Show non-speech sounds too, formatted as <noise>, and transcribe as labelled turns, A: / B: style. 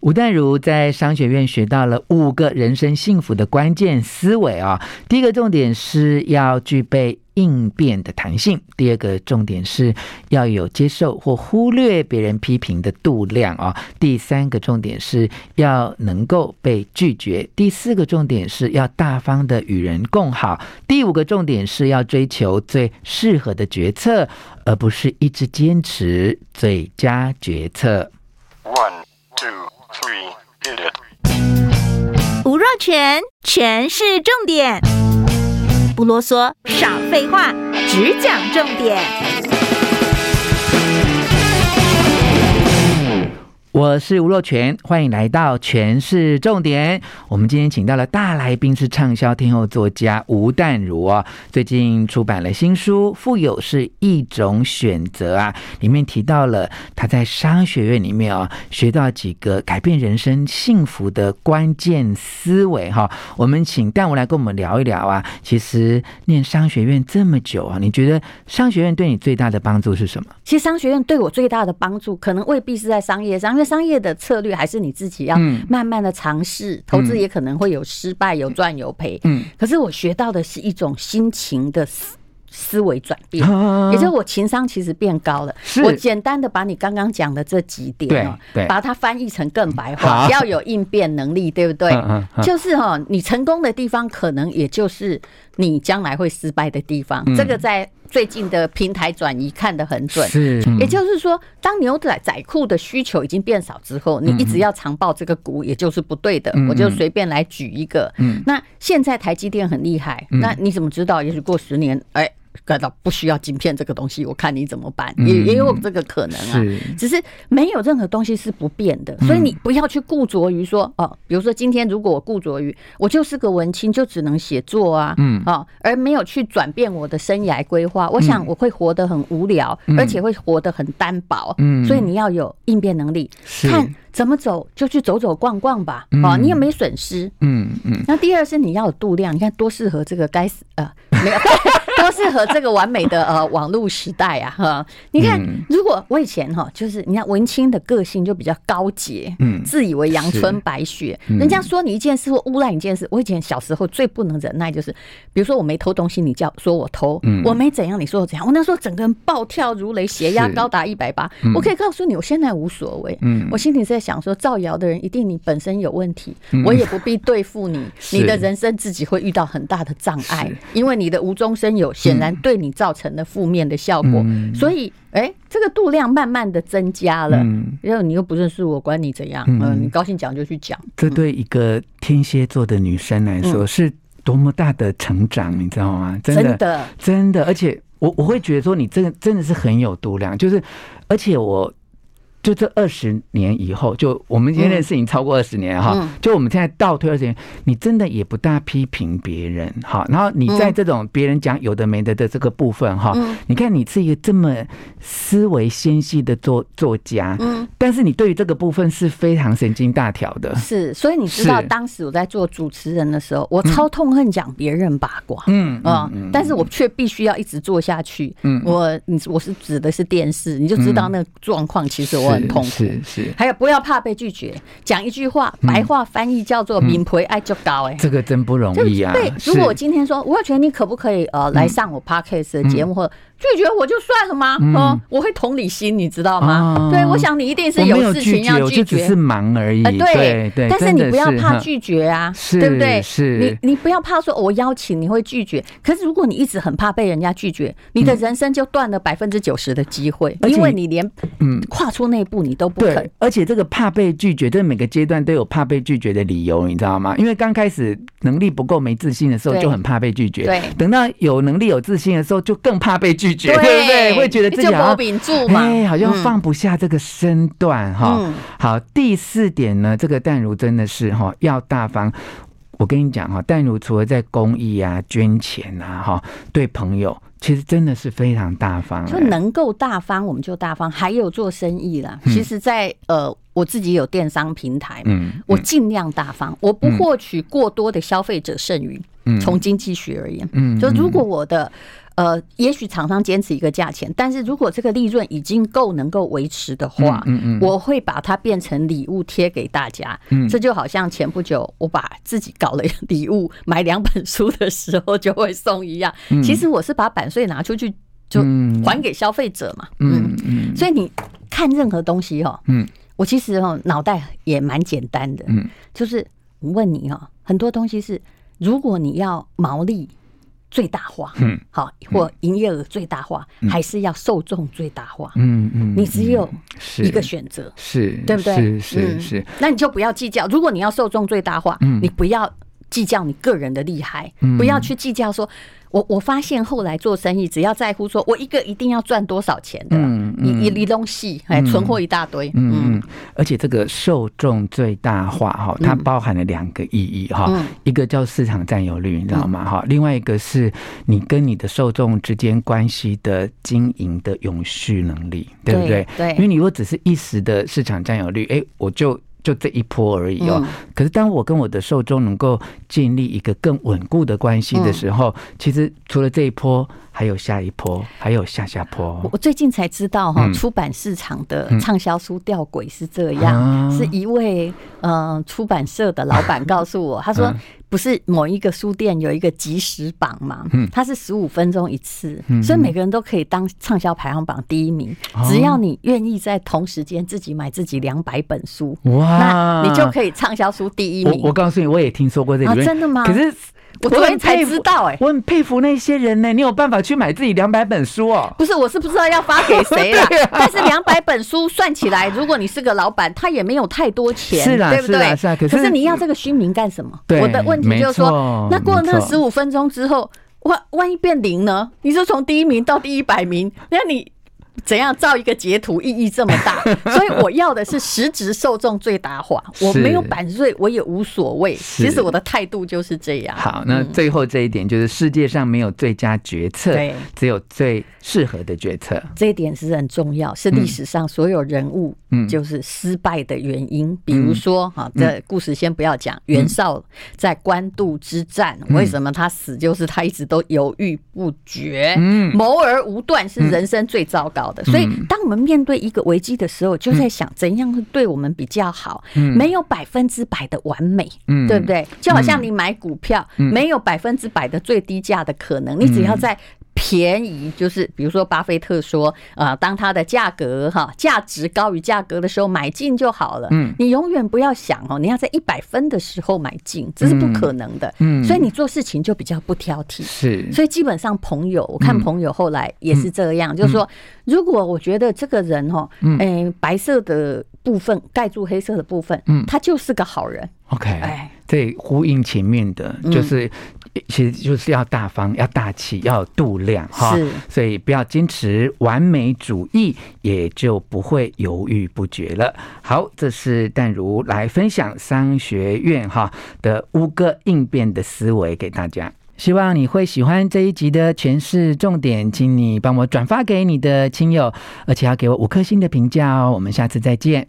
A: 吴淡如在商学院学到了五个人生幸福的关键思维啊、第一个重点是要具备应变的弹性，第二个重点是要有接受或忽略别人批评的度量啊、第三个重点是要能够被拒绝，第四个重点是要大方的与人共好，第五个重点是要追求最适合的决策，而不是一直坚持最佳决策。
B: One, two, three, hit it.
C: 吴若全，全是重点，不啰嗦，少废话，只讲重点。
A: 我是吴若全，欢迎来到《全是重点》。我们今天请到了大来宾是畅销天后作家吴淡如啊、最近出版了新书《富有是一种选择》啊，里面提到了他在商学院里面啊、学到几个改变人生幸福的关键思维哈、我们请淡如来跟我们聊一聊啊。其实念商学院这么久啊，你觉得商学院对你最大的帮助是什么？
D: 其实商学院对我最大的帮助，可能未必是在商业上，因为商业的策略还是你自己要
A: 嗯
D: 慢慢的尝试，投资也可能会有失败，有赚有赔。
A: 嗯，
D: 可是我学到的是一种心情的思思维转变。
A: 啊
D: 也就是我情商其实变高了
A: 是，
D: 我简单的把你刚刚讲的这几点哦
A: 对对
D: 把它翻译成更白
A: 好
D: 话，要有应变能力，对不对
A: 嗯嗯嗯？
D: 就是哈，你成功的地方，可能也就是你将来会失败的地方
A: 嗯。
D: 这个在最近的平台转移看得很准，
A: 是，嗯
D: 也就是说，当牛仔仔裤的需求已经变少之后，你一直要长抱这个股，也就是不对的
A: 嗯嗯。
D: 我就随便来举一个
A: 嗯，
D: 那现在台积电很厉害，
A: 嗯
D: 那你怎么知道？也许过十年，哎。感到不需要晶片这个东西，我看你怎么办，
A: 嗯
D: 也也有这个可能啊。
A: 是，
D: 只是没有任何东西是不变的，所以
A: 嗯
D: 你不要去固着于说哦，比如说今天如果我固着于我就是个文青，就只能写作啊，
A: 嗯
D: 哦，而没有去转变我的生涯规划，我想我会活得很无聊，
A: 嗯
D: 而且会活得很单薄，
A: 嗯
D: 所以你要有应变能力，
A: 是
D: 看怎么走就去走走逛逛吧，
A: 嗯
D: 哦，你也没损失。
A: 嗯嗯，
D: 那第二是你要有度量，你看多适合这个该死呃 <laughs> 没有多适合这个完美的呃网络时代啊哈！你看，
A: 嗯
D: 如果我以前哈，就是你看文青的个性就比较高洁，
A: 嗯
D: 自以为阳春白雪，人家说你一件事或诬赖你一件事，我以前小时候最不能忍耐就是，比如说我没偷东西，你叫说我偷，
A: 嗯
D: 我没怎样，你说我怎样，我那时候整个人暴跳如雷，血压
A: 是
D: 高达一百八
A: 嗯，
D: 我可以告诉你，我现在无所谓，
A: 嗯
D: 我心里是在想说，造谣的人一定你本身有问题，
A: 嗯
D: 我也不必对付你，
A: <laughs> 是
D: 你的人生自己会遇到很大的障碍
A: 是，
D: 因为你的无中生有显然对你造成了负面的效果，
A: 嗯
D: 所以哎、这个度量慢慢的增加了。
A: 嗯，
D: 然后你又不认识我，管你怎样，
A: 嗯
D: 嗯、你高兴讲就去讲。
A: 这对一个天蝎座的女生来说是多么大的成长，你知道吗？真的，
D: 嗯
A: 啊
D: 真的
A: 真的而且我我会觉得说，你真的真的是很有度量，就是，而且我。就这二十年以后，就我们今天认识已经超过二十年了哈、
D: 嗯
A: 就我们现在倒推二十年，你真的也不大批评别人哈。然后你在这种别人讲有的没的的这个部分哈、
D: 嗯
A: 你看你是一个这么思维纤细的作作家，
D: 嗯，
A: 但是你对于这个部分是非常神经大条的。
D: 是，所以你知道
A: 是
D: 当时我在做主持人的时候，我超痛恨讲别人八卦，
A: 嗯
D: 啊、但是我却必须要一直做下去。
A: 嗯
D: 我你我是指的是电视，你就知道那个状况，其实我很痛苦。
A: 是嗯是是
D: 还有不要怕被拒绝，讲一句话，白话翻译叫做“民培爱就高”哎。
A: 这个真不容
D: 就
A: 易啊。
D: 对，
A: 嗯是
D: 如果我今天说吴若权，你可不可以呃来上我 podcast 的节目，或者拒绝我就算了吗？
A: 嗯
D: 哦，我会同理心，你知道吗
A: 哦？
D: 对，我想你一定是
A: 我没有
D: 事
A: 拒
D: 情
A: 绝，
D: 要
A: 我
D: 拒
A: 就只
D: 绝
A: 是。忙而已。
D: 啊，
A: 对对，
D: 但是
A: 真
D: 你
A: 的
D: 不要怕
A: 哈
D: 拒绝啊，
A: 是
D: 对不对？
A: 是
D: 你你不要怕说哦我邀请你会拒绝，可是如果你一直很怕被人家拒绝，你的人生就断了百分之九十的机会，
A: 嗯而且
D: 因为你连
A: 嗯
D: 跨出那一步你都不肯
A: 对。，而且这个怕被拒绝，这每个阶段都有怕被拒绝的理由，你知道吗？因为刚开始能力不够、没自信的时候，
D: 对
A: 就很怕被拒绝。
D: 对
A: 等到有能力、有自信的时候，就更怕被拒绝，对不对？会觉得自己
D: 就
A: 好
D: 不
A: 像
D: 秉住嘛，
A: 哎，好像
D: 嗯
A: 放不下这个身段哈、
D: 嗯
A: 好，第四点呢，这个淡如真的是哈、要大方。我跟你讲哈、淡如除了在公益啊、捐钱啊，哈、对朋友，其实真的是非常大方、
D: 就
A: 哎
D: 能够大方我们就大方，还有做生意啦。
A: 嗯
D: 其实在，呃，我自己有电商平台嘛，
A: 嗯，
D: 我尽量大方，我不获取过多的消费者剩余。
A: 嗯
D: 从经济学而言，
A: 嗯
D: 就如果我的呃，也许厂商坚持一个价钱，但是如果这个利润已经够能够维持的话，
A: 嗯嗯嗯
D: 我会把它变成礼物贴给大家。
A: 嗯
D: 这就好像前不久我把自己搞了礼物，买两本书的时候就会送一样。其实我是把版税拿出去就
A: 嗯
D: 还给消费者嘛。
A: 嗯嗯
D: 所以你看任何东西哦，
A: 嗯
D: 我其实哦脑袋也蛮简单的，
A: 嗯，
D: 就是我问你哦，很多东西是如果你要毛利最大化，
A: 嗯，
D: 好或营业额最大化，还是要受众最大化，
A: 嗯嗯，
D: 你只有
A: 是
D: 一个选择，
A: 是，
D: 对不对？
A: 是是
D: 嗯
A: 是，
D: 那你就不要计较。如果你要受众最大化，
A: 嗯
D: 你不要。计较你个人的厉害
A: 嗯，
D: 不要去计较说，我我发现后来做生意，只要在乎说我一个一定要赚多少钱的，
A: 嗯
D: 你
A: 嗯
D: 你你东西，哎，存货一大堆，
A: 嗯嗯，而且这个受众最大化哈，它包含了两个意义哈，
D: 嗯
A: 一个叫市场占有率，你知道吗？哈、另外一个是你跟你的受众之间关系的经营的永续能力，对不对？
D: 对对
A: 因为你如果只是一时的市场占有率，哎，我就。就这一波而已哦。
D: 嗯
A: 可是，当我跟我的受众能够建立一个更稳固的关系的时候，
D: 嗯
A: 其实除了这一波，还有下一波，还有下下波。
D: 我最近才知道哈、
A: 哦嗯
D: 出版市场的畅销书吊轨是这样，
A: 啊
D: 是一位呃出版社的老板告诉我，他说
A: 嗯
D: 不是某一个书店有一个即时榜嘛，
A: 嗯
D: 它是十五分钟一次，所以每个人都可以当畅销排行榜第一名，
A: 哦
D: 只要你愿意在同时间自己买自己两百本书，
A: 哇
D: 那你就可以畅销书第一
A: 我
D: 名。
A: 我告诉你，我也听说过这理论、
D: 啊真的吗
A: 可是
D: 我昨
A: 很
D: 天才
A: 佩服
D: 知道哎、
A: 我很佩服那些人呢、你有办法去买自己两百本书哦。
D: 不是，我是不知道要发给谁啦
A: <laughs> 对啊。
D: 但是两百本书算起来，如果你是个老板，他也没有太多钱，
A: 是啦
D: 对不
A: 是啦
D: 对？
A: 是啦可是
D: 你要这个虚名干什么？
A: 对
D: 我的问题就是
A: 没
D: 说
A: 错，
D: 那过了那
A: 没错
D: 十五分钟之后，万万一变零呢？你说从第一名到第一百名，那你。怎样造一个截图意义这么
A: <laughs>
D: 大？所以我要的是实质受众最大化，我
A: 是
D: 没有版税我也无所谓。
A: 是
D: 其实我的态度就是这样。
A: 好，那最后这一点就是世界上没有最佳决策，
D: 对
A: 只有最适合的决策。
D: 这一点是很重要，是历史上所有人物
A: 嗯
D: 就是失败的原因。比如说哈，这故事先不要讲，袁绍在官渡之战，
A: 嗯
D: 为什么他死？就是他一直都犹豫不决，
A: 嗯
D: 谋而无断是人生最糟糕的。所以，当我们面对一个危机的时候，就在
A: 嗯
D: 想怎样会对我们比较好，没有百分之百的完美，
A: 嗯
D: 对不对？就好像你买股票，没有百分之百的最低价的可
A: 嗯
D: 能，你只要在。便宜就是，比如说巴菲特说，啊，当它的价格哈价值高于价格的时候买进就好了。
A: 嗯，
D: 你永远不要想哦，你要在一百分的时候买进，这是不可能的。
A: 嗯嗯嗯
D: 所以你做事情就比较不挑剔。
A: 是，
D: 所以基本上朋友，我
A: 嗯
D: 看朋友后来也是这样，就是说，如果我觉得这个人哦，嗯、白色的部分盖住黑色的部分，
A: 嗯
D: 他就是个好人，
A: OK，
D: 哎
A: 这呼应前面的，就是、其实就是要大方，要大气，要有度量哈
D: 是。
A: 所以不要坚持完美主义，也就不会犹豫不决了。好，这是淡如来分享商学院哈的乌哥应变的思维给大家。希望你会喜欢这一集的诠释重点，请你帮我转发给你的亲友，而且要给我五颗星的评价哦。我们下次再见。